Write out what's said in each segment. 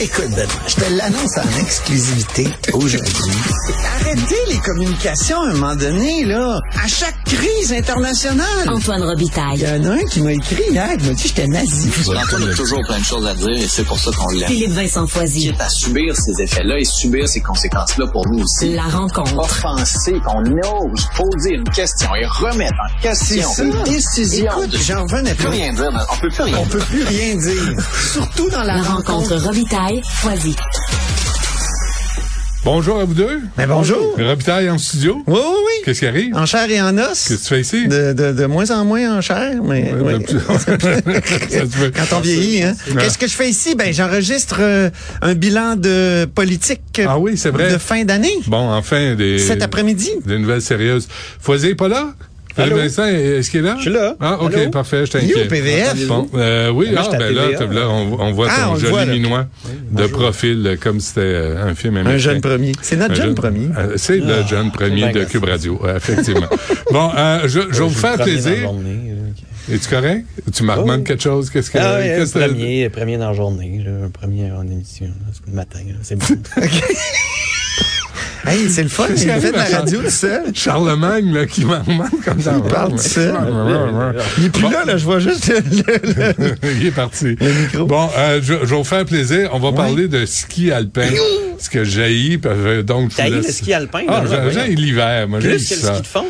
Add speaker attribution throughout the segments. Speaker 1: Écoute, Benoît, je te l'annonce en exclusivité aujourd'hui.
Speaker 2: Arrêtez les communications à un moment donné, là. À chaque crise internationale.
Speaker 3: Antoine Robitaille.
Speaker 2: Il y en a un qui m'a écrit hier, il m'a dit que j'étais nazi.
Speaker 4: Antoine a toujours plein de choses à dire et c'est pour ça qu'on l'aime.
Speaker 3: Philippe Vincent Foisy.
Speaker 4: À subir ces effets-là et subir ces conséquences-là pour nous aussi.
Speaker 3: La rencontre.
Speaker 4: Offenser qu'on ose poser une question et remettre en
Speaker 2: C'est
Speaker 4: question
Speaker 2: ça.
Speaker 4: une décision.
Speaker 2: Écoute, j'en revenais
Speaker 4: on
Speaker 2: pas.
Speaker 4: peut plus rien dire, on peut plus rien
Speaker 2: On peut plus rien dire. Surtout dans la, rencontre.
Speaker 3: Robitaille-Foisy.
Speaker 5: Bonjour à vous deux.
Speaker 2: Mais bonjour. Oui,
Speaker 5: Robitaille en studio.
Speaker 2: oui, oui.
Speaker 5: Qu'est-ce qui arrive?
Speaker 2: En chair et en os.
Speaker 5: Qu'est-ce que tu fais ici?
Speaker 2: De, de, de moins en moins en chair, mais...
Speaker 5: Ouais,
Speaker 2: oui.
Speaker 5: ben, ça se fait.
Speaker 2: Quand on vieillit, hein. Qu'est-ce que je fais ici? Ben, j'enregistre euh, un bilan de politique euh,
Speaker 5: Ah oui, c'est vrai.
Speaker 2: de fin d'année.
Speaker 5: Bon, enfin, des.
Speaker 2: Cet après-midi.
Speaker 5: Des nouvelles sérieuses. Foisé est pas là? Philippe Vincent, est-ce qu'il est là?
Speaker 6: Je suis là.
Speaker 5: Ah, OK,
Speaker 6: Allô?
Speaker 5: parfait, je
Speaker 2: You,
Speaker 5: t'inquiète.
Speaker 2: PVF.
Speaker 5: Bon, euh, oui,
Speaker 6: Moi,
Speaker 5: ah,
Speaker 6: j'étais à
Speaker 5: ben là,
Speaker 6: TVA.
Speaker 5: t'as- là, on, on voit
Speaker 2: Ah, on
Speaker 5: ton
Speaker 2: le
Speaker 5: joli
Speaker 2: voit, là.
Speaker 5: minois de profil, euh, comme c'était euh, un film américain.
Speaker 2: Un jeune premier. C'est notre
Speaker 5: Un
Speaker 2: jeune premier. Ah,
Speaker 5: Euh, C'est le jeune premier
Speaker 6: bien
Speaker 5: de
Speaker 6: grave.
Speaker 5: Cube Radio, euh, effectivement. bon, euh, je, je vais vous faire plaisir. Es-tu correct? Tu me remandes quelque chose? Qu'est-ce que...
Speaker 6: Oh. Ah, oui,
Speaker 5: qu'est-ce que-
Speaker 6: premier, premier dans la journée, là, un premier en émission, là, c'est le matin, là, c'est bon.
Speaker 2: Hey, c'est le fun. Il
Speaker 5: Qu'est-ce qui
Speaker 2: fait de la
Speaker 5: arrive à
Speaker 2: radio tout seul.
Speaker 5: Charlemagne, là, qui m'en demande comme ça.
Speaker 2: Il parle tout seul. Il est plus
Speaker 5: Bon.
Speaker 2: là, là, je vois juste le, le- le-
Speaker 5: Il est parti.
Speaker 2: micro.
Speaker 5: Bon, euh, je, je vais vous faire plaisir. On va parler de ski alpin. ce que j'ai parce que donc je vous
Speaker 6: T'haïs le
Speaker 5: laisse-
Speaker 6: ski alpin,
Speaker 5: Ah,
Speaker 6: Benoît,
Speaker 5: j'ai-
Speaker 6: voyons.
Speaker 5: j'ai l'hiver, moi. j'ai
Speaker 6: Plus que le
Speaker 5: ça.
Speaker 6: ski de fond.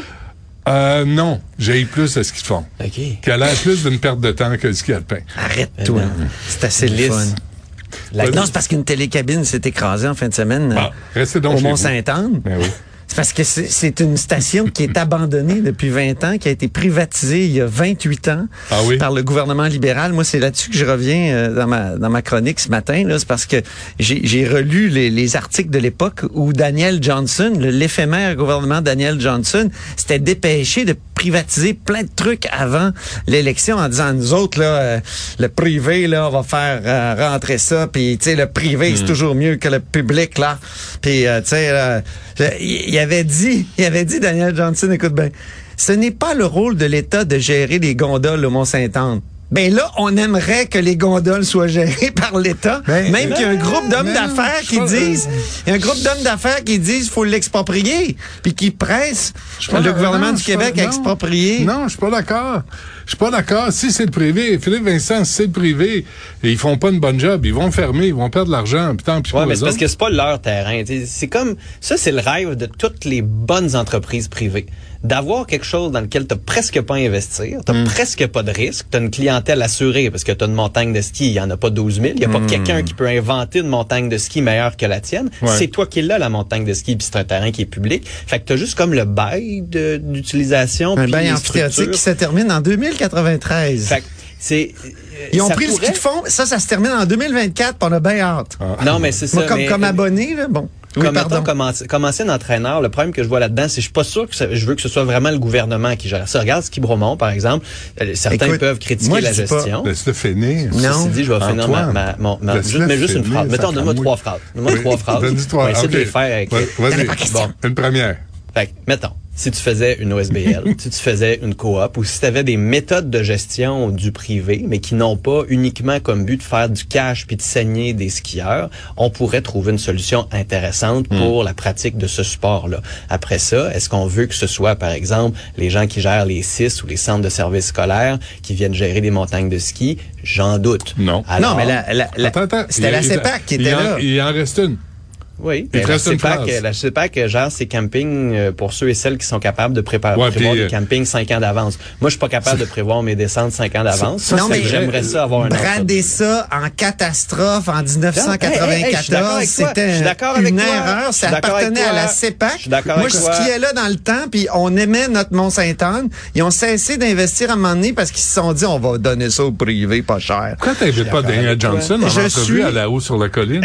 Speaker 5: Euh, non, j'ai plus le ski de fond.
Speaker 6: OK.
Speaker 5: Qui a l'air plus d'une perte de temps que le ski alpin.
Speaker 2: Arrête-toi. C'est assez
Speaker 6: Lisse.
Speaker 2: lisse.
Speaker 6: La
Speaker 2: Non, c'est parce qu'une télécabine s'est écrasée en fin de semaine euh,
Speaker 5: Bon, restez donc
Speaker 2: au
Speaker 5: chez vous.
Speaker 2: Mont-Saint-Anne.
Speaker 5: Ben oui.
Speaker 2: C'est parce que c'est- c'est une station qui est abandonnée depuis 20 ans, qui a été privatisée il y a 28 ans
Speaker 5: Ah oui?
Speaker 2: par le gouvernement libéral. Moi, c'est là-dessus que je reviens euh, dans ma, dans ma chronique ce matin. là. C'est parce que j'ai j'ai relu les, les articles de l'époque où Daniel Johnson, le- l'éphémère gouvernement Daniel Johnson, s'était dépêché de privatiser plein de trucs avant l'élection en disant, nous autres, là, euh, le privé, là, on va faire euh, rentrer ça, puis, tu sais, le privé,
Speaker 5: Hmm.
Speaker 2: c'est toujours mieux que le public, là. Puis, euh, tu sais, euh, je- il il avait dit, il avait dit, Daniel Johnson, écoute bien, ce n'est pas le rôle de l'État de gérer les gondoles au Mont-Saint-Anne. Ben là, on aimerait que les gondoles soient gérées par l'État, même qu'il y a un groupe d'hommes
Speaker 5: mais non,
Speaker 2: d'affaires
Speaker 5: Ben, euh, je
Speaker 2: qui
Speaker 5: pense- euh,
Speaker 2: disent, il y a un groupe d'hommes d'affaires qui disent faut l'exproprier, puis qui pressent
Speaker 5: Ah,
Speaker 2: le gouvernement
Speaker 5: non,
Speaker 2: du
Speaker 5: je suis
Speaker 2: Québec
Speaker 5: pas-
Speaker 2: à
Speaker 5: non.
Speaker 2: exproprier.
Speaker 5: Non, je suis pas d'accord. Je suis pas d'accord. Si c'est le privé, Philippe Vincent, si c'est le privé, et ils font pas une bonne job, ils vont fermer, ils vont perdre de l'argent, puis tant pis
Speaker 6: Ouais,
Speaker 5: pour
Speaker 6: mais
Speaker 5: eux
Speaker 6: c'est parce
Speaker 5: autres.
Speaker 6: que c'est pas leur terrain. T'sais, C'est comme ça, c'est le rêve de toutes les bonnes entreprises privées. D'avoir quelque chose dans lequel t'as presque pas à investir, t'as
Speaker 2: Hmm.
Speaker 6: presque pas de risque, t'as une clientèle assurée parce que t'as une montagne de ski, il y en a pas 12 000, il y a pas
Speaker 2: Hmm.
Speaker 6: quelqu'un qui peut inventer une montagne de ski meilleure que la tienne.
Speaker 5: Ouais.
Speaker 6: C'est toi qui l'as la montagne de ski puis c'est un terrain qui est public. Fait que t'as juste comme le bail de- d'utilisation
Speaker 2: Un
Speaker 6: puis
Speaker 2: bail
Speaker 6: les
Speaker 2: amphithéotique
Speaker 6: structures.
Speaker 2: qui se termine en 2093.
Speaker 6: Fait que c'est euh,
Speaker 2: Ils ont
Speaker 6: ça
Speaker 2: pris
Speaker 6: pourrait-
Speaker 2: ce qu'ils font, ça, ça se termine en 2024, puis on a bien hâte.
Speaker 5: Ah.
Speaker 6: Non mais c'est ça.
Speaker 2: Moi, comme,
Speaker 6: mais-
Speaker 2: comme abonné, là, bon. Oui,
Speaker 6: comme,
Speaker 2: pardon.
Speaker 6: mettons, comme, anci- comme ancien entraîneur, le problème que je vois là-dedans, c'est que je suis pas sûr que ça- je veux que ce soit vraiment le gouvernement qui gère ça. Regarde Ski Bromont, par exemple. Euh, Certains
Speaker 2: Écoute,
Speaker 6: peuvent critiquer
Speaker 2: moi, je
Speaker 6: la
Speaker 2: dis pas.
Speaker 6: gestion.
Speaker 5: Laisse-le finir.
Speaker 2: Non.
Speaker 6: Ceci dit, je vais finir ma,
Speaker 5: Antoine,
Speaker 6: ma, mon- ma-
Speaker 5: laisse-le
Speaker 6: juste, mais juste une
Speaker 5: finir,
Speaker 6: phrase. Mettons,
Speaker 5: ça
Speaker 6: donne-moi
Speaker 5: cramouille.
Speaker 6: trois phrases. Donne-moi
Speaker 5: Oui,
Speaker 6: trois phrases.
Speaker 5: donne-nous
Speaker 6: On
Speaker 5: trois.
Speaker 6: va essayer de
Speaker 5: OK.
Speaker 6: les faire avec...
Speaker 5: Va- Vas-y.
Speaker 2: pas question.
Speaker 5: Bon, une première.
Speaker 6: Fait que, mettons, si tu faisais une OSBL, si tu faisais une coop ou si tu avais des méthodes de gestion du privé, mais qui n'ont pas uniquement comme but de faire du cash puis de saigner des skieurs, on pourrait trouver une solution intéressante pour la pratique de ce sport-là. Après ça, est-ce qu'on veut que ce soit, par exemple, les gens qui gèrent les CIS ou les centres de services scolaires qui viennent gérer des montagnes de ski? J'en doute.
Speaker 5: Non.
Speaker 6: Alors-
Speaker 2: non, mais la, la- la-
Speaker 5: Attends, attends.
Speaker 2: c'était
Speaker 5: Il-
Speaker 2: la
Speaker 5: il-
Speaker 2: CEPAC qui
Speaker 5: il
Speaker 2: était
Speaker 5: en-
Speaker 2: là.
Speaker 5: Il en reste une.
Speaker 6: Oui,
Speaker 5: Il
Speaker 6: mais
Speaker 5: te
Speaker 6: la
Speaker 5: reste une
Speaker 6: CEPAC,
Speaker 5: phrase.
Speaker 6: la CEPAC gère ses campings euh, pour ceux et celles qui sont capables de préparer
Speaker 5: Ouais,
Speaker 6: prévoir
Speaker 5: puis,
Speaker 6: des
Speaker 5: euh,
Speaker 6: campings cinq ans d'avance. Moi, je suis pas capable de prévoir mes descentes cinq ans d'avance.
Speaker 2: ça,
Speaker 6: Non,
Speaker 2: c'est
Speaker 6: mais
Speaker 2: vrai.
Speaker 6: j'aimerais ça avoir un
Speaker 2: Brader
Speaker 6: autre.
Speaker 2: ça en catastrophe en
Speaker 6: Hey, hey, hey, je suis d'accord
Speaker 2: 1994,
Speaker 6: avec toi. Je
Speaker 2: c'était
Speaker 6: suis d'accord avec
Speaker 2: une
Speaker 6: toi.
Speaker 2: erreur.
Speaker 6: Je suis
Speaker 2: Ça
Speaker 6: d'accord avec
Speaker 2: appartenait à
Speaker 6: toi.
Speaker 2: la
Speaker 6: Je
Speaker 2: CEPAC.
Speaker 6: suis d'accord
Speaker 2: Moi,
Speaker 6: avec
Speaker 2: je
Speaker 6: toi.
Speaker 2: skiais là dans le temps, puis on aimait notre Mont-Saint-Anne. Ils ont cessé d'investir à un moment donné parce qu'ils se sont dit, on va donner ça au privé pas cher.
Speaker 5: Pourquoi t'invites pas Daniel Johnson en
Speaker 2: Je
Speaker 5: entrevue
Speaker 2: suis-
Speaker 5: à la haut sur la colline?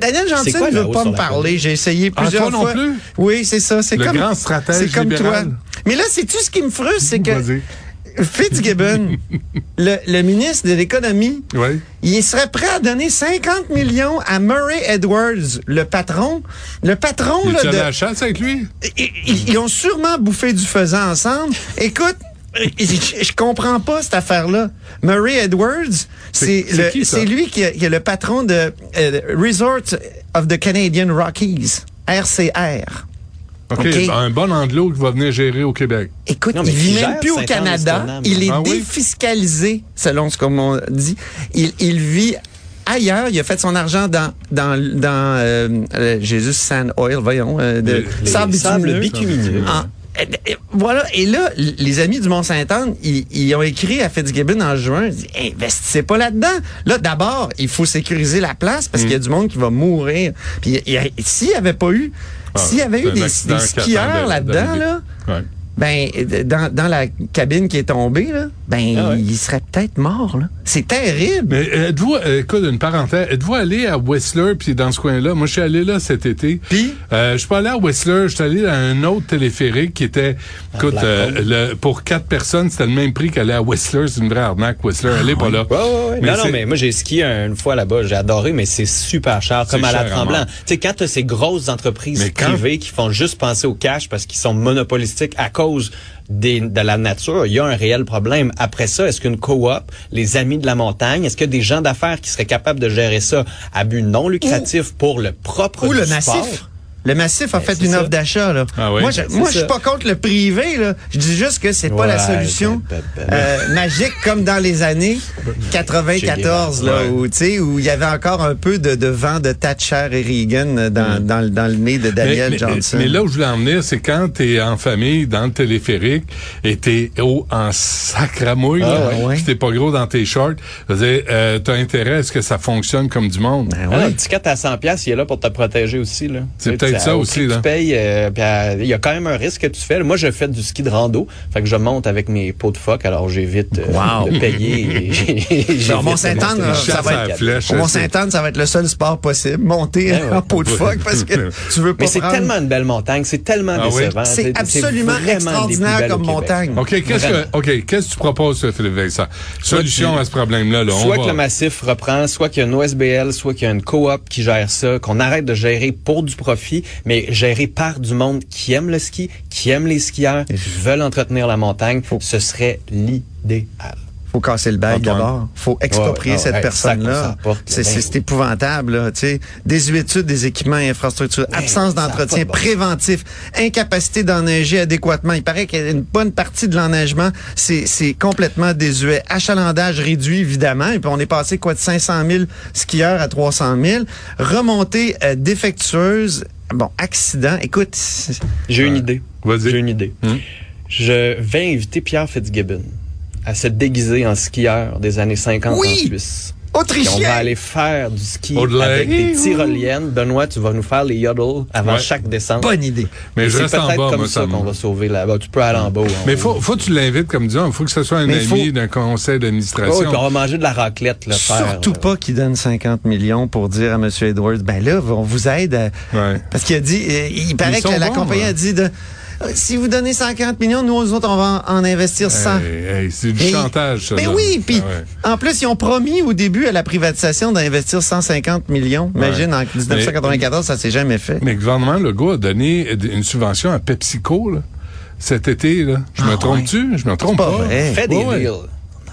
Speaker 2: Daniel Johnson
Speaker 6: quoi,
Speaker 2: ne veut
Speaker 6: là-haut
Speaker 2: pas
Speaker 6: sur
Speaker 2: me
Speaker 6: la
Speaker 2: parler.
Speaker 6: colline?
Speaker 2: J'ai essayé
Speaker 5: Ah,
Speaker 2: plusieurs
Speaker 5: toi non
Speaker 2: fois.
Speaker 5: plus?
Speaker 2: Oui, c'est ça. C'est
Speaker 5: Le
Speaker 2: comme
Speaker 5: grand stratège
Speaker 2: C'est comme
Speaker 5: libéral.
Speaker 2: toi. Mais là, c'est tu ce qui me frustre, c'est que
Speaker 5: Vas-y.
Speaker 2: Fitzgibbon, le, le ministre de l'économie,
Speaker 5: Oui.
Speaker 2: il serait prêt à donner 50 millions à Murray Edwards, le patron. Le patron
Speaker 5: Il
Speaker 2: là,
Speaker 5: tient
Speaker 2: de,
Speaker 5: la chasse avec lui?
Speaker 2: ils- ils, ils ont sûrement bouffé du faisan ensemble. Écoute, je, je comprends pas cette affaire-là. Murray Edwards, c'est
Speaker 5: c'est
Speaker 2: le-
Speaker 5: qui, ça?
Speaker 2: c'est lui qui, est- qui est le patron de euh, Resort of the Canadian Rockies, RCR.
Speaker 5: OK.
Speaker 2: OK.
Speaker 5: Un bon anglo qui va venir gérer au Québec.
Speaker 2: Écoute,
Speaker 6: Non, mais
Speaker 2: il vit
Speaker 6: qui
Speaker 2: même
Speaker 6: gère
Speaker 2: plus au
Speaker 6: Saint-Anne-de-Stoneham?
Speaker 2: Canada. Il est
Speaker 5: Ah oui?
Speaker 2: défiscalisé, selon ce qu'on dit. Il, il vit ailleurs. Il a fait son argent dans, dans, dans euh, euh, Jesus Sand Oil, voyons, euh, de
Speaker 6: Les
Speaker 2: sable bitumineux.
Speaker 6: sables bitumineux.
Speaker 2: Ah, euh, euh, Voilà, et là, l- les amis du Mont-Saint-Anne, ils, ils ont écrit à Fitzgibbon en juin, ils disent, investissez pas là-dedans. Là, d'abord, il faut sécuriser la place
Speaker 5: Mm.
Speaker 2: parce qu'il y a du monde qui va mourir. Puis il y a- s'il n'y avait pas eu, s'il y avait eu
Speaker 5: Ah, C'est un
Speaker 2: des,
Speaker 5: accident
Speaker 2: des
Speaker 5: qui attend
Speaker 2: skieurs
Speaker 5: de-
Speaker 2: là-dedans,
Speaker 5: d'arriver.
Speaker 2: là,
Speaker 5: Ouais.
Speaker 2: ben, euh, dans, dans la cabine qui est tombée, là, ben,
Speaker 6: Ah ouais.
Speaker 2: il serait peut-être mort. là. C'est terrible.
Speaker 5: Mais êtes-vous, euh, écoute, une parenthèse, êtes-vous allé à Whistler puis dans ce coin-là? Moi, je suis allé là cet été.
Speaker 2: Puis?
Speaker 5: Euh, je suis pas allé à Whistler, je suis allé à un autre téléphérique qui était, écoute,
Speaker 6: Black
Speaker 5: euh, le- pour quatre personnes, c'était le même prix qu'aller à Whistler. C'est une vraie arnaque, Whistler. Allez pas là.
Speaker 6: Ah Ouais, ouais, ouais. non, non,
Speaker 5: c'est-
Speaker 6: mais moi, j'ai skié une fois là-bas. J'ai adoré, mais c'est super cher, comme à la
Speaker 5: cher à
Speaker 6: Tremblant.
Speaker 5: mort.
Speaker 6: Tu sais, quand t'as ces grosses entreprises
Speaker 5: Mais quand-
Speaker 6: privées qui font juste penser au cash parce qu'ils sont monopolistiques à cause des- de la nature, il y a un réel problème. Après ça, est-ce qu'une coop, les amis de la montagne, est-ce que des gens d'affaires qui seraient capables de gérer ça à but non lucratif pour le propre
Speaker 2: Ou le
Speaker 6: du
Speaker 2: massif.
Speaker 6: sport?
Speaker 2: Le massif a fait
Speaker 6: c'est
Speaker 2: une
Speaker 6: ça. Ben,
Speaker 2: offre d'achat. là.
Speaker 5: Ah ouais?
Speaker 2: Moi, je,
Speaker 6: C'est
Speaker 2: moi, je suis
Speaker 6: ça.
Speaker 2: pas contre le privé. Là. Je dis juste que c'est pas la
Speaker 6: Ouais,
Speaker 2: solution
Speaker 6: ben, ben, ben.
Speaker 2: euh, magique comme dans les années 94,
Speaker 6: Che
Speaker 2: là,
Speaker 6: Guevara.
Speaker 2: où tu sais, où il y avait encore un peu de, de vent de Thatcher et
Speaker 6: Mm.
Speaker 2: Reagan dans, dans, le- dans le nez de Daniel Johnson.
Speaker 5: mais là où je voulais en venir, c'est quand t'es en famille, dans le téléphérique, et t'es haut en sacramouille,
Speaker 2: Ah
Speaker 5: là,
Speaker 2: ouais.
Speaker 5: puis t'es pas gros dans tes shorts, je veux dire, euh, t'as intérêt à ce que ça fonctionne comme du monde.
Speaker 2: Ben
Speaker 6: Ah,
Speaker 2: ouais.
Speaker 6: le ticket à 100 pièces, il est là pour te protéger aussi là.
Speaker 5: C'est
Speaker 6: Tu sais,
Speaker 5: peut-être
Speaker 6: tu-
Speaker 5: ça
Speaker 6: au
Speaker 5: aussi,
Speaker 6: prix que
Speaker 5: là.
Speaker 6: Tu payes, euh, puis, euh, il y a quand même un risque que tu fais. Moi, je fais du ski de rando, fait que je monte avec mes pots de phoque, alors j'évite euh,
Speaker 2: Wow.
Speaker 6: de payer.
Speaker 2: Au
Speaker 6: J'évite
Speaker 2: Mont-Saint-Anne,
Speaker 6: de
Speaker 2: là,
Speaker 6: monter.
Speaker 2: ça
Speaker 5: chasse à
Speaker 2: va
Speaker 5: la
Speaker 2: être
Speaker 5: flèche,
Speaker 2: au
Speaker 5: hein,
Speaker 2: Mont-Saint-Anne, ça va être le seul sport possible. Monter en peau de phoque parce que tu veux pas
Speaker 6: Ben Mais c'est
Speaker 2: prendre-
Speaker 6: tellement une belle montagne, c'est tellement
Speaker 5: Ah oui?
Speaker 6: décevant.
Speaker 2: C'est absolument
Speaker 6: vraiment des plus
Speaker 2: extraordinaire
Speaker 6: belles au
Speaker 2: comme
Speaker 6: Québec.
Speaker 2: montagne.
Speaker 5: OK, qu'est-ce que,
Speaker 6: Vraiment.
Speaker 5: OK, qu'est-ce que tu proposes, Philippe Vincent? Solution
Speaker 6: tu-
Speaker 5: à ce problème-là, là. on
Speaker 6: Soit
Speaker 5: va-
Speaker 6: que le massif reprend, soit qu'il y a une OSBL, soit qu'il y a une coop qui gère ça, qu'on arrête de gérer pour du profit, mais gérer par du monde qui aime le ski, qui aime les skieurs, qui veulent entretenir la montagne, ce serait l'idéal.
Speaker 2: faut casser le bail
Speaker 5: Antoine.
Speaker 2: d'abord. faut exproprier
Speaker 6: Ah, Ouais, ouais,
Speaker 2: cette
Speaker 6: ouais, ça, ça
Speaker 2: personne-là.
Speaker 6: apporte,
Speaker 2: C'est
Speaker 6: ben
Speaker 2: c'est-
Speaker 6: oui.
Speaker 2: c'est épouvantable. Là, tu sais. Désuétude des équipements et infrastructures, absence
Speaker 6: ça a pas
Speaker 2: d'entretien
Speaker 6: de bon
Speaker 2: préventif, incapacité d'enneiger adéquatement. Il paraît qu'une bonne partie de l'enneigement, c'est c'est complètement désuet. Achalandage réduit, évidemment. Et puis on est passé quoi de 500 000 skieurs à 300 000. Remontée euh, défectueuse. Bon, accident. Écoute, c'est-
Speaker 6: J'ai une idée.
Speaker 5: Vas-y. Hmm.
Speaker 6: J'ai une idée. Je vais inviter Pierre Fitzgibbon à se déguiser en skieur des années 50
Speaker 2: Oui!
Speaker 6: en Suisse. Puis on va
Speaker 2: Autrichien.
Speaker 6: aller faire du ski
Speaker 5: Au-delà.
Speaker 6: avec des tyroliennes. Benoît, tu vas nous faire les yodels avant
Speaker 5: Ouais.
Speaker 6: chaque descente.
Speaker 2: Bonne idée.
Speaker 5: Mais
Speaker 6: Et
Speaker 5: je
Speaker 6: c'est
Speaker 5: reste en
Speaker 6: peut-être
Speaker 5: bas,
Speaker 6: comme
Speaker 5: moi,
Speaker 6: ça
Speaker 5: ça me-
Speaker 6: qu'on va sauver là-bas. Tu peux aller en bas. hein. ou en
Speaker 5: Mais
Speaker 6: haut.
Speaker 5: faut, faut que tu l'invites, comme disons. Faut que ce soit un
Speaker 2: Mais
Speaker 5: ami
Speaker 2: faut-
Speaker 5: d'un conseil
Speaker 6: Oh,
Speaker 5: d'administration.
Speaker 6: puis on va manger de la raclette, le faire.
Speaker 2: Surtout
Speaker 6: là.
Speaker 2: pas qu'il donne 50 millions pour dire à M. Edwards, ben là, on vous aide. à-
Speaker 5: Ouais.
Speaker 2: Parce qu'il a dit, euh, il paraît que
Speaker 5: sont
Speaker 2: la
Speaker 5: bons,
Speaker 2: compagnie
Speaker 5: hein.
Speaker 2: a dit, de, euh, si vous donnez 50 millions, nous aux autres, on va en, en investir 100.
Speaker 5: Hey, hey, c'est du
Speaker 2: Et-
Speaker 5: chantage, ça.
Speaker 2: Mais
Speaker 5: là.
Speaker 2: oui, puis
Speaker 5: Ah ouais.
Speaker 2: en plus, ils ont promis au début à la privatisation d'investir 150 millions. Imagine, en
Speaker 5: Ouais.
Speaker 2: 1994, ça s'est jamais fait.
Speaker 5: Mais le gouvernement Legault a donné d- une subvention à PepsiCo, là. cet été, là. Je me trompe-tu? Je me trompe
Speaker 2: Ah pas
Speaker 5: pas.
Speaker 2: vrai.
Speaker 6: Fais des
Speaker 5: Ouais, ouais.
Speaker 6: deals.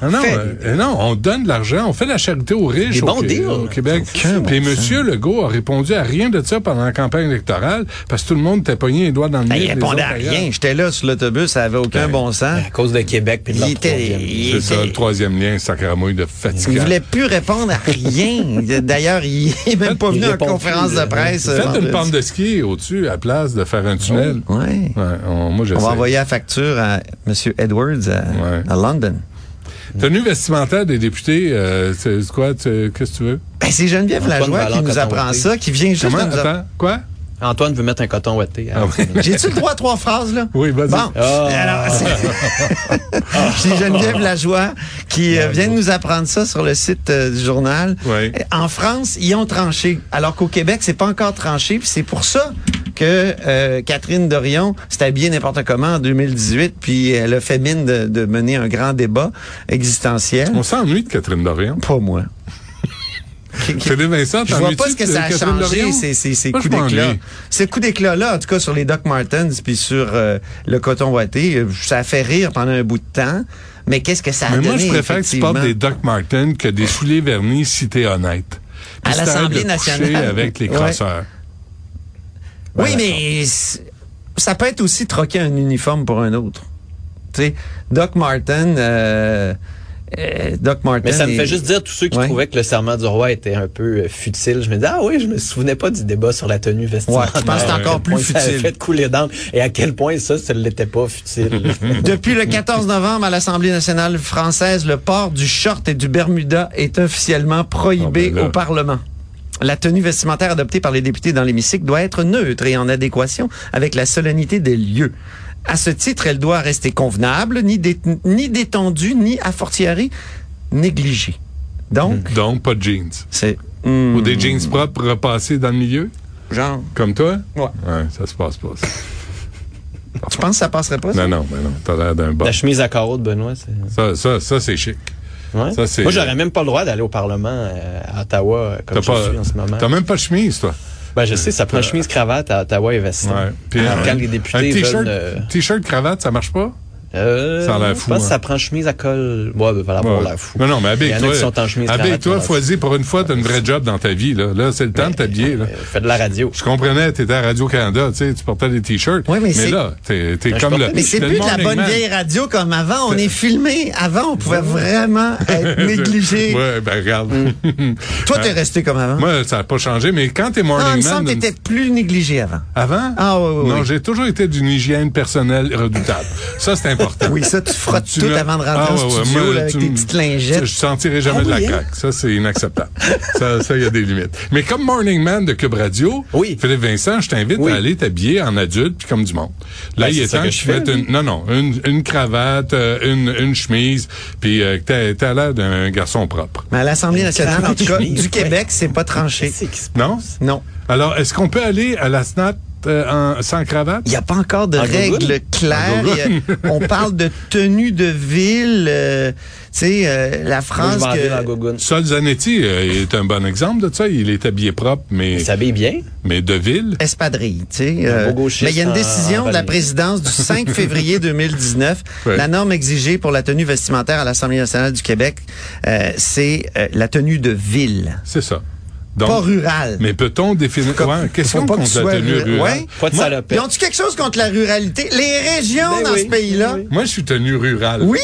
Speaker 5: Ah non,
Speaker 6: Fait-
Speaker 5: euh, euh, non, on donne de l'argent, on fait la charité aux riches
Speaker 6: Des
Speaker 5: au,
Speaker 6: bons
Speaker 5: Qué-
Speaker 6: deals.
Speaker 5: au Québec.
Speaker 2: Aucun bon
Speaker 5: Puis
Speaker 2: sens.
Speaker 5: M. Legault a répondu à rien de ça pendant la campagne électorale parce que tout le monde était pogné les doigts dans le nez.
Speaker 2: Ben, il
Speaker 5: avec les
Speaker 2: répondait à
Speaker 5: autres ailleurs.
Speaker 2: rien. J'étais là sur l'autobus, ça avait aucun bon sens.
Speaker 6: À cause de Québec puis de
Speaker 2: Il
Speaker 6: leur
Speaker 2: était-
Speaker 6: troisième.
Speaker 2: il-
Speaker 5: C'est ça,
Speaker 2: était-
Speaker 5: le troisième lien, sacramouille de
Speaker 2: Il
Speaker 5: fatigant.
Speaker 2: voulait plus répondre à rien. D'ailleurs, il est même pas
Speaker 6: Il
Speaker 2: venu en
Speaker 6: répond plus,
Speaker 2: conférence de
Speaker 6: là.
Speaker 2: presse. euh,
Speaker 5: Faites
Speaker 2: vendredi.
Speaker 5: une pente de ski au-dessus à la place de faire un tunnel.
Speaker 2: Ouais.
Speaker 5: Ouais, on- moi,
Speaker 2: Oh. On
Speaker 5: j'essaie.
Speaker 2: va envoyer la facture à M. Edwards à,
Speaker 5: Ouais.
Speaker 2: à London.
Speaker 5: Tenue vestimentaire des députés, euh, c'est c'est quoi? tu- Qu'est-ce que tu veux?
Speaker 2: Ben, c'est Geneviève
Speaker 6: Antoine
Speaker 2: Lajoie qui
Speaker 6: Vallant,
Speaker 2: nous
Speaker 6: coton
Speaker 2: apprend
Speaker 6: ouaté.
Speaker 2: ça, qui vient juste
Speaker 5: Comment?
Speaker 2: de nous app-
Speaker 5: Attends, quoi?
Speaker 6: Antoine veut mettre un coton ouaté. hein.
Speaker 5: Ah
Speaker 6: à la fin de la-
Speaker 2: J'ai-tu le droit à trois phrases, là?
Speaker 5: Oui, vas-y.
Speaker 2: Bon. Alors, c'est c'est Geneviève Lajoie qui euh, vient de nous apprendre ça sur le site euh, du journal.
Speaker 5: Oui.
Speaker 2: En France, ils ont tranché, alors qu'au Québec, c'est pas encore tranché. Puis c'est pour ça que euh, Catherine Dorion s'est habillée n'importe comment en 2018, puis elle a fait mine de, de mener un grand débat existentiel.
Speaker 5: On s'ennuie de Catherine Dorion.
Speaker 2: Pas moi. Qui- qui-
Speaker 5: Philippe Vincent,
Speaker 2: je vois
Speaker 5: t'ennuies-tu
Speaker 2: pas ce que
Speaker 5: de
Speaker 2: ça a
Speaker 5: Catherine
Speaker 2: changé,
Speaker 5: Dorion?
Speaker 2: ces, ces, ces
Speaker 5: Moi, je
Speaker 2: coups d'éclat.
Speaker 5: m'ennuie.
Speaker 2: Ces coups d'éclat-là, en tout cas, sur les Doc Martens puis sur euh, le coton ouaté, euh, ça a fait rire pendant un bout de temps. Mais qu'est-ce que ça a
Speaker 5: Mais
Speaker 2: donné,
Speaker 5: moi, je préfère que tu
Speaker 2: effectivement?
Speaker 5: portes des Doc Martens que des souliers vernis si t'es honnête.
Speaker 2: À
Speaker 5: Puis si t'arrêtes
Speaker 2: l'Assemblée
Speaker 5: de coucher
Speaker 2: nationale.
Speaker 5: avec les
Speaker 2: Ouais.
Speaker 5: crosseurs.
Speaker 2: Oui, mais c'est- ça peut être aussi troquer un uniforme pour un autre. Tu sais, Doc Marten... euh, euh, Doc Marten...
Speaker 6: Mais ça me
Speaker 2: est-
Speaker 6: fait juste dire tous ceux qui
Speaker 2: Ouais.
Speaker 6: trouvaient que le serment du roi était un peu euh, futile. Je me dis ah oui, je me souvenais pas du débat sur la tenue vestimentaire.
Speaker 2: Ouais, je pense que c'est
Speaker 6: À
Speaker 2: encore
Speaker 6: quel
Speaker 2: plus
Speaker 6: point ça avait
Speaker 2: futile.
Speaker 6: fait couler d'encre et à quel point ça, ça ne l'était pas futile.
Speaker 2: Depuis le 14 novembre à l'Assemblée nationale française, le port du short et du Bermuda est officiellement prohibé
Speaker 5: Ah ben là.
Speaker 2: au Parlement. La tenue vestimentaire adoptée par les députés dans l'hémicycle doit être neutre et en adéquation avec la solennité des lieux. À ce titre, elle doit rester convenable, ni, dé- ni détendue, ni a fortiori négligée. Donc,
Speaker 5: Donc, pas de jeans.
Speaker 2: c'est hmm,
Speaker 5: Hmm. Ou des jeans propres repassés dans le milieu,
Speaker 2: genre,
Speaker 5: comme toi?
Speaker 2: Ouais.
Speaker 5: Ouais, ça se passe pas. ça.
Speaker 2: tu penses que ça passerait pas ça?
Speaker 5: Non, non, mais non. T'as l'air d'un bon.
Speaker 6: La chemise à carreaux de Benoît, c'est.
Speaker 5: Ça, ça, ça c'est chic.
Speaker 6: Ouais.
Speaker 5: Ça, c'est-
Speaker 6: Moi, j'aurais même pas le droit d'aller au Parlement euh, à Ottawa euh,
Speaker 5: T'as
Speaker 6: comme je suis en ce moment.
Speaker 5: pas- t'as même pas de chemise, toi.
Speaker 6: Ben, je sais, ça prend chemise cravate à Ottawa et veston.
Speaker 5: Euh, Ouais. Puis,
Speaker 6: Alors,
Speaker 5: un-
Speaker 6: Ah, quand les
Speaker 5: un
Speaker 6: députés
Speaker 5: t-shirt,
Speaker 6: veulent. euh,
Speaker 5: t-shirt, cravate, ça marche pas?
Speaker 6: euh,
Speaker 5: ça a l'air
Speaker 6: je
Speaker 5: fou,
Speaker 6: pense que
Speaker 5: hein.
Speaker 6: ça prend chemise à col. Ouais, ben, voilà, bon,
Speaker 5: Ouais.
Speaker 6: l'air fou.
Speaker 5: Non, non, mais
Speaker 6: Il y
Speaker 5: avec
Speaker 6: en a
Speaker 5: toi.
Speaker 6: qui sont en chemise
Speaker 5: Avec
Speaker 6: cravate,
Speaker 5: toi,
Speaker 6: on a-
Speaker 5: Foisy, pour une fois, t'as une vraie job dans ta vie, là. Là, c'est le temps de t'habiller, là.
Speaker 6: Euh, Fais de la radio.
Speaker 5: Je comprenais, t'étais à Radio-Canada, tu sais, tu portais des t-shirts.
Speaker 2: Ouais, mais c'est-
Speaker 5: là, t'es, t'es
Speaker 6: Ben, je
Speaker 5: comme
Speaker 6: portais
Speaker 5: le.
Speaker 2: Mais c'est
Speaker 5: le
Speaker 2: plus de la
Speaker 5: morning
Speaker 2: bonne
Speaker 5: man.
Speaker 2: vieille radio comme avant. On est filmé. Avant, on pouvait vraiment être négligé.
Speaker 5: ouais, ben regarde.
Speaker 2: Toi, t'es resté comme avant.
Speaker 5: Moi, ça n'a pas changé, mais quand t'es
Speaker 2: Mm. Ah, il
Speaker 5: morning
Speaker 2: me semble
Speaker 5: man.
Speaker 2: que t'étais plus négligé avant.
Speaker 5: Avant?
Speaker 2: Ah, oui, oui,
Speaker 5: Non,
Speaker 2: oui.
Speaker 5: j'ai toujours été d'une hygiène personnelle redoutable. ça, c'est important.
Speaker 2: Oui, ça, tu frottes
Speaker 5: Tu
Speaker 2: tout
Speaker 5: l'as-
Speaker 2: avant de rentrer
Speaker 5: Ah,
Speaker 2: en
Speaker 5: ouais, ouais,
Speaker 2: studio
Speaker 5: moi,
Speaker 2: là, avec
Speaker 5: tu
Speaker 2: tes
Speaker 5: me-
Speaker 2: petites lingettes.
Speaker 5: Je sentirai jamais
Speaker 6: Ah
Speaker 5: de la
Speaker 6: oui, hein?
Speaker 5: craque. Ça, c'est inacceptable. ça, ça, il y a des limites. Mais comme Morning Man de Cube Radio,
Speaker 6: Oui.
Speaker 5: Philippe Vincent, je t'invite
Speaker 6: Oui.
Speaker 5: à aller t'habiller en adulte puis comme du monde. Là,
Speaker 6: Ben,
Speaker 5: il
Speaker 6: c'est
Speaker 5: est
Speaker 6: ça
Speaker 5: temps
Speaker 6: que
Speaker 5: que
Speaker 6: je
Speaker 5: tu
Speaker 6: fais,
Speaker 5: mettes une, non, non, une, une cravate, euh, une, une chemise, puis euh, que t'as- t'as l'air d'un garçon propre.
Speaker 2: Mais à l'Assemblée nationale, en tout cas,
Speaker 6: Oui,
Speaker 2: du
Speaker 6: oui.
Speaker 2: Québec, c'est pas tranché.
Speaker 6: Qu'est-ce qui se
Speaker 5: Non?
Speaker 2: Non.
Speaker 5: Alors, est-ce qu'on peut aller à la SNAT euh, en- sans cravate?
Speaker 2: Il n'y a pas encore de
Speaker 6: En
Speaker 2: règles
Speaker 6: Google?
Speaker 2: claires.
Speaker 5: En Google?
Speaker 2: Il y a- on parle de tenue de ville. euh, tu sais, euh, la
Speaker 6: Moi, je
Speaker 2: France
Speaker 6: vais en ville en
Speaker 2: que...
Speaker 6: gogoune.
Speaker 5: Sol Zanetti euh, est un bon exemple de ça. Il est habillé propre, mais,
Speaker 6: Il s'habille bien.
Speaker 5: mais de ville.
Speaker 2: Espadrille, tu sais. euh,
Speaker 6: beau gauchiste
Speaker 2: mais il y a une
Speaker 6: en-
Speaker 2: décision
Speaker 6: en
Speaker 2: de la
Speaker 6: Valais.
Speaker 2: présidence du 5 février 2019.
Speaker 5: Ouais.
Speaker 2: La norme exigée pour la tenue vestimentaire à l'Assemblée nationale du Québec, euh, c'est euh, la tenue de ville,
Speaker 5: C'est ça. Donc,
Speaker 2: pas rurale.
Speaker 5: Mais peut-on définir
Speaker 2: Comme-
Speaker 5: ouais, question
Speaker 2: faut pas que
Speaker 5: contre
Speaker 2: tu
Speaker 5: la
Speaker 2: sois
Speaker 5: tenue
Speaker 2: ru-
Speaker 5: rurale?
Speaker 2: Ouais.
Speaker 6: Pas de
Speaker 5: Moi-
Speaker 6: salopette.
Speaker 2: Ils ont-tu quelque chose contre la ruralité? Les régions
Speaker 6: Ben
Speaker 2: dans
Speaker 6: oui,
Speaker 2: ce pays-là?
Speaker 6: ben
Speaker 5: Moi, je suis tenue rurale.
Speaker 2: Oui!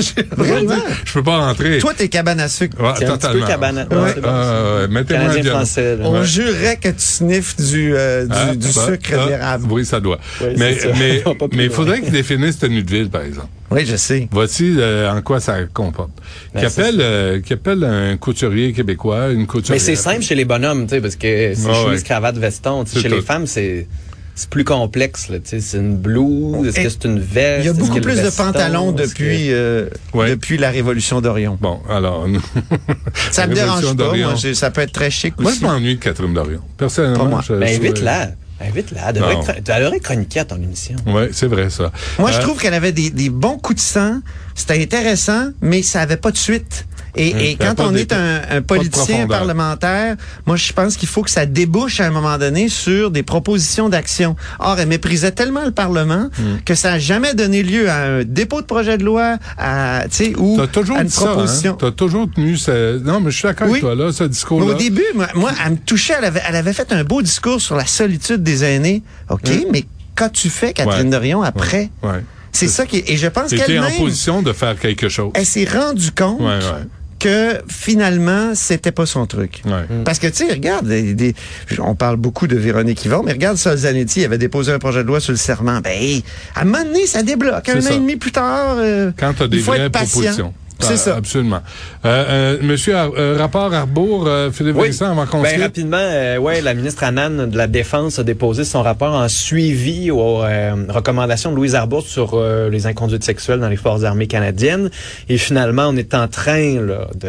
Speaker 5: Aujourd'hui,
Speaker 2: Vraiment?
Speaker 5: Je peux pas rentrer.
Speaker 2: Toi, t'es cabane à sucre.
Speaker 5: Ouais,
Speaker 6: C'est un petit peu
Speaker 5: totalement.
Speaker 6: cabana.
Speaker 5: Ouais,
Speaker 6: Ouais, c'est bon,
Speaker 5: euh, mettez-moi un
Speaker 6: Canadien
Speaker 5: violon.
Speaker 6: français, là.
Speaker 2: On
Speaker 5: Ouais.
Speaker 2: jurait que tu sniffes du, euh, du,
Speaker 5: Ah,
Speaker 2: du
Speaker 5: bah,
Speaker 2: sucre
Speaker 5: ah,
Speaker 2: d'érable.
Speaker 5: Oui, ça doit.
Speaker 6: Ouais,
Speaker 5: mais
Speaker 6: c'est ça.
Speaker 5: mais
Speaker 6: On va pas plus
Speaker 5: mais il
Speaker 6: loin.
Speaker 5: faudrait qu'ils définissent tenue de ville, par exemple.
Speaker 2: Oui, je sais.
Speaker 5: Voici euh, en quoi ça comporte.
Speaker 6: Ben,
Speaker 5: Qu'appelle euh, qu'appelle un couturier québécois, une couturière.
Speaker 6: Mais c'est simple chez les bonhommes, tu sais, parce que c'est
Speaker 5: Ah ouais.
Speaker 6: chemise, cravate, veston. Tu sais,
Speaker 5: C'est
Speaker 6: Chez
Speaker 5: tout.
Speaker 6: les femmes, c'est c'est plus complexe. là, tu sais, C'est une blouse, est-ce
Speaker 2: Et
Speaker 6: que Euh, c'est une veste?
Speaker 2: Il y a
Speaker 6: est-ce que
Speaker 2: beaucoup
Speaker 6: le
Speaker 2: plus de
Speaker 6: veston,
Speaker 2: pantalons
Speaker 6: est-ce que-
Speaker 2: depuis, euh,
Speaker 5: Ouais.
Speaker 2: depuis la Révolution d'Orion.
Speaker 5: Bon, alors.
Speaker 2: Ça me
Speaker 5: Révolution
Speaker 2: dérange pas.
Speaker 5: d'Orient.
Speaker 2: Moi, j'ai- ça peut être très chic
Speaker 5: Moi,
Speaker 2: aussi.
Speaker 5: je m'ennuie de Catherine Dorion. Personnellement,
Speaker 2: Pas moi.
Speaker 5: je-
Speaker 6: Ben,
Speaker 5: je-
Speaker 6: invite-la. Invite-la. Elle devrait
Speaker 5: Non.
Speaker 6: être- Elle devrait être chroniquer à ton émission.
Speaker 5: Ouais, c'est vrai ça.
Speaker 2: Moi, je
Speaker 5: Euh,
Speaker 2: trouve qu'elle avait des, des bons coups de sang. C'était intéressant, mais ça avait pas de suite. Et,
Speaker 5: Ouais,
Speaker 2: et
Speaker 5: t'as
Speaker 2: quand
Speaker 5: Hum, pas
Speaker 2: on
Speaker 5: de-
Speaker 2: est un,
Speaker 5: pas
Speaker 2: un
Speaker 5: de
Speaker 2: politicien, un
Speaker 5: profondeur.
Speaker 2: parlementaire, moi, je pense qu'il faut que ça débouche à un moment donné sur des propositions d'action. Or, elle méprisait tellement le Parlement
Speaker 5: Hum.
Speaker 2: que ça n'a jamais donné lieu à un dépôt de projet de loi, à, tu sais, ou
Speaker 5: T'as toujours
Speaker 2: à une
Speaker 5: dit ça,
Speaker 2: proposition.
Speaker 5: hein? T'as toujours tenu ce... Non, mais je suis d'accord
Speaker 2: Oui.
Speaker 5: avec toi, là, ce
Speaker 2: Mais
Speaker 5: discours-là.
Speaker 2: au début, moi, moi, elle me touchait. Elle avait, elle avait fait un beau discours sur la solitude des aînés. OK, mais qu'as-tu fait, Catherine
Speaker 5: Hum. Ouais.
Speaker 2: Dorion, après?
Speaker 5: Ouais. Ouais.
Speaker 2: C'est ça qui... est- Et je pense
Speaker 5: T'étais en
Speaker 2: qu'elle-même,
Speaker 5: position de faire quelque chose.
Speaker 2: elle s'est rendue compte
Speaker 5: Ouais, ouais.
Speaker 2: que finalement, c'était pas son truc.
Speaker 5: Ouais.
Speaker 2: Parce que, tu sais, regarde, des- des- on parle beaucoup de Véronique Yvon, mais regarde, Solzanetti avait déposé un projet de loi sur le serment. Ben, hey, à un moment donné, ça débloque. Un
Speaker 5: C'est
Speaker 2: an
Speaker 5: ça.
Speaker 2: et demi plus tard, euh,
Speaker 5: Quand tu as
Speaker 2: il
Speaker 5: des
Speaker 2: faut
Speaker 5: vraies
Speaker 2: être patient.
Speaker 5: propositions.
Speaker 2: C'est
Speaker 5: Ah,
Speaker 2: ça.
Speaker 5: Absolument. Euh, euh, monsieur, Ar- euh, rapport Arbour, euh, Philippe Vincent, avant qu'on se
Speaker 6: ben,
Speaker 5: quitte.
Speaker 6: rapidement, euh, ouais, la ministre Annan de la Défense a déposé son rapport en suivi aux euh, recommandations de Louise Arbour sur euh, les inconduites sexuelles dans les forces armées canadiennes. Et finalement, on est en train là, de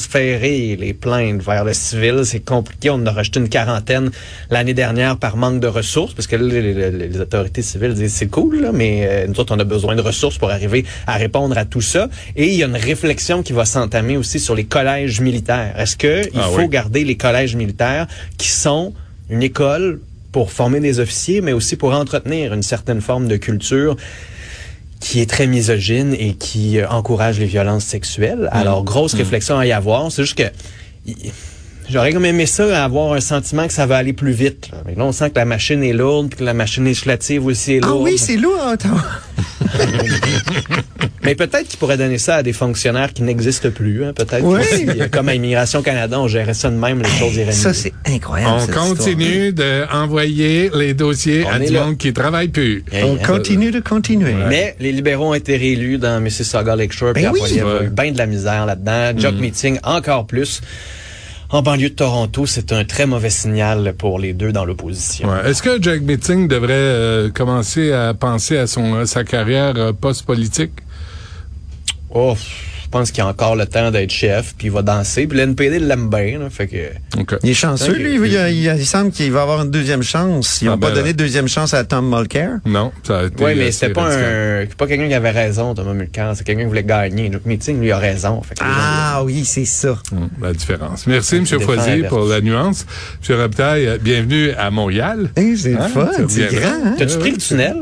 Speaker 6: transférer les plaintes vers le civil. C'est compliqué. On en a rejeté une quarantaine l'année dernière par manque de ressources, parce que les, les- les autorités civiles disent c'est cool, là, mais euh, nous autres, on a besoin de ressources pour arriver à répondre à tout ça. Et il y a une réflexion qui va s'entamer aussi sur les collèges militaires. Est-ce que il
Speaker 5: Ah
Speaker 6: faut
Speaker 5: oui.
Speaker 6: garder les collèges militaires qui sont une école pour former des officiers, mais aussi pour entretenir une certaine forme de culture qui est très misogyne et qui euh, encourage les violences sexuelles. Alors, grosse réflexion à y avoir. C'est juste que y- j'aurais quand même aimé ça, avoir un sentiment que ça va aller plus vite. là. Mais là, on sent que la machine est lourde, puis que la machine législative aussi est
Speaker 2: Ah
Speaker 6: lourde.
Speaker 2: oui, c'est lourd. attends.
Speaker 6: Mais peut-être qu'ils pourraient donner ça à des fonctionnaires qui n'existent plus. hein. Peut-être
Speaker 2: Oui.
Speaker 6: que si, euh, comme à Immigration Canada, on gérait ça de même, les choses iraient
Speaker 2: Ça,
Speaker 6: mieux.
Speaker 2: c'est incroyable.
Speaker 5: On
Speaker 2: cette
Speaker 5: continue d'envoyer les dossiers
Speaker 6: On
Speaker 5: à
Speaker 6: est
Speaker 5: du
Speaker 6: là.
Speaker 5: monde qui travaille plus.
Speaker 6: Hey,
Speaker 2: histoire. On
Speaker 6: hein.
Speaker 2: continue de continuer.
Speaker 6: Mais les libéraux ont été réélus dans Mississauga Lakeshore.
Speaker 2: Ben
Speaker 6: Pierre
Speaker 2: oui.
Speaker 6: Poilievre a
Speaker 5: Ouais. Mm-hmm.
Speaker 6: eu bien de la misère là-dedans. Jock Meeting, encore plus. En banlieue de Toronto, c'est un très mauvais signal pour les deux dans l'opposition.
Speaker 5: Ouais. Est-ce que Jack Meeting devrait euh, commencer à penser à son à sa carrière euh, post-politique?
Speaker 6: Oh, je pense qu'il a encore le temps d'être chef, puis il va danser. Puis l'NPD l'aime bien. là, fait que...
Speaker 5: OK.
Speaker 2: Il est chanceux,
Speaker 6: Ok.
Speaker 2: lui. Il, il- il semble qu'il va avoir une deuxième chance. Ils
Speaker 5: Ah,
Speaker 2: n'ont
Speaker 5: ben
Speaker 2: pas
Speaker 5: là.
Speaker 2: donné de deuxième chance à Tom Mulcair.
Speaker 5: Non, ça a été.
Speaker 6: Oui,
Speaker 5: euh,
Speaker 6: mais c'était
Speaker 5: c'est
Speaker 6: pas
Speaker 5: radical.
Speaker 6: un, c'est pas quelqu'un qui avait raison, Thomas Mulcair. C'est quelqu'un qui voulait gagner. Jock Meeting, lui, a raison. Fait que les gens-
Speaker 2: Ah oui, c'est ça.
Speaker 5: Hum, La différence. Merci, M.
Speaker 6: défends
Speaker 5: Foisy,
Speaker 6: la
Speaker 5: pour la nuance. M. Robitaille, euh, bienvenue à Montréal.
Speaker 2: Eh, c'est le
Speaker 5: Hein?
Speaker 2: fun,
Speaker 5: Tu
Speaker 2: c'est
Speaker 5: reviendras.
Speaker 2: grand. hein?
Speaker 6: T'as-tu pris le tunnel?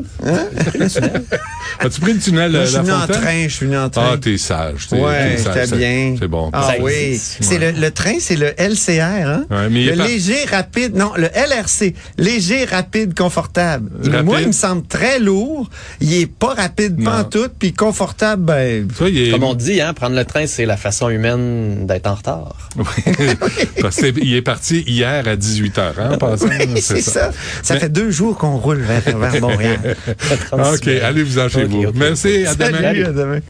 Speaker 5: As-tu pris le tunnel
Speaker 2: Moi,
Speaker 5: euh,
Speaker 2: je suis
Speaker 5: La
Speaker 2: venu en
Speaker 5: Fontaine?
Speaker 2: train, je suis venu en train.
Speaker 5: Ah, t'es sage. t'es-
Speaker 2: Ouais,
Speaker 5: t'es sage,
Speaker 2: c'était
Speaker 5: c'est-
Speaker 2: bien.
Speaker 5: C'est bon.
Speaker 2: Ah
Speaker 6: Ça
Speaker 2: oui.
Speaker 6: existe.
Speaker 2: C'est le, le train, c'est le LCR, hein?
Speaker 5: Ouais, mais il
Speaker 2: le
Speaker 5: est pas-
Speaker 2: léger, rapide. Non, le LRC. Léger, rapide, confortable.
Speaker 5: Rapide.
Speaker 2: Moi, il me semble très lourd. Il est pas rapide
Speaker 5: Non.
Speaker 2: pantoute, puis confortable, ben.
Speaker 5: Toi, il est-
Speaker 6: Comme on dit, hein, prendre le train, c'est la façon humaine d'être en retard.
Speaker 5: Parce que il est parti hier à 18h, hein, en passant,
Speaker 2: Oui, c'est ça. Ça, fait deux jours qu'on roule vers, vers Montréal.
Speaker 5: Ah, OK, allez-vous en chez
Speaker 6: Ok,
Speaker 5: vous.
Speaker 6: ok.
Speaker 5: Merci, à demain.
Speaker 2: Salut, à demain.